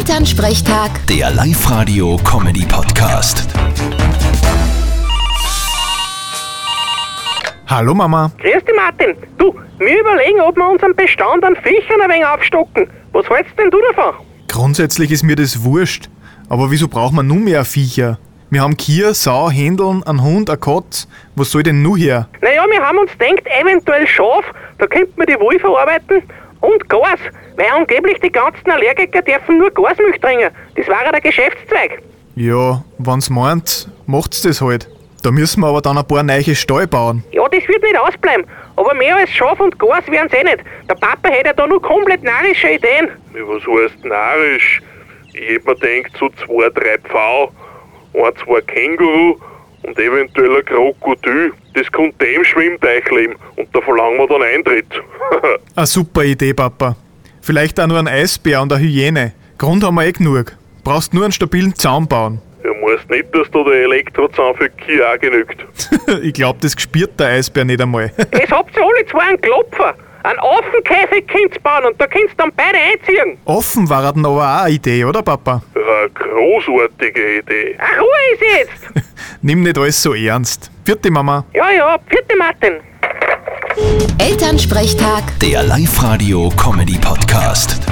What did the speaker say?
Elternsprechtag, Der Live-Radio-Comedy-Podcast. Hallo Mama. Grüß dich, Martin. Du, wir überlegen, ob wir unseren Bestand an Viechern ein wenig aufstocken. Was hältst denn du davon? Grundsätzlich ist mir das wurscht. Aber wieso braucht man nun mehr Viecher? Wir haben Kier, Sau, Händeln, einen Hund, eine Katz. Was soll denn nun her? Naja, wir haben uns gedacht, eventuell Schaf, da könnte man die Wohl verarbeiten. Und Gas, weil angeblich die ganzen Allergiker dürfen nur Gasmilch trinken. Das war ja der Geschäftszweig. Ja, wenn's meint, macht's das halt. Da müssen wir aber dann ein paar neue Stall bauen. Ja, das wird nicht ausbleiben. Aber mehr als Schaf und Gas wären's eh nicht. Der Papa hätte ja da nur komplett narische Ideen. Ja, Was heißt narisch? Jeder denkt so zwei, drei Pfau, ein, zwei Känguru und eventuell ein Krokodil. Das kommt dem Schwimmteich leben und da verlangen wir dann Eintritt. Eine super Idee, Papa. Vielleicht auch nur ein Eisbär und eine Hyäne. Grund haben wir eh genug. Brauchst nur einen stabilen Zaun bauen. du meinst nicht, dass da der Elektrozahn für Kia auch genügt. ich glaub, das gespürt der Eisbär nicht einmal. Es habt ihr alle zwei einen Klopfer. Einen Affenkäfig könnt's bauen und da könnt's dann beide einziehen. Offen war dann aber auch eine Idee, oder Papa? Eine großartige Idee. Ach, Ruhe ist jetzt! Nimm nicht alles so ernst. Vierte Mama. Ja, ja, vierte Martin. Elternsprechtag. Der Live-Radio-Comedy-Podcast.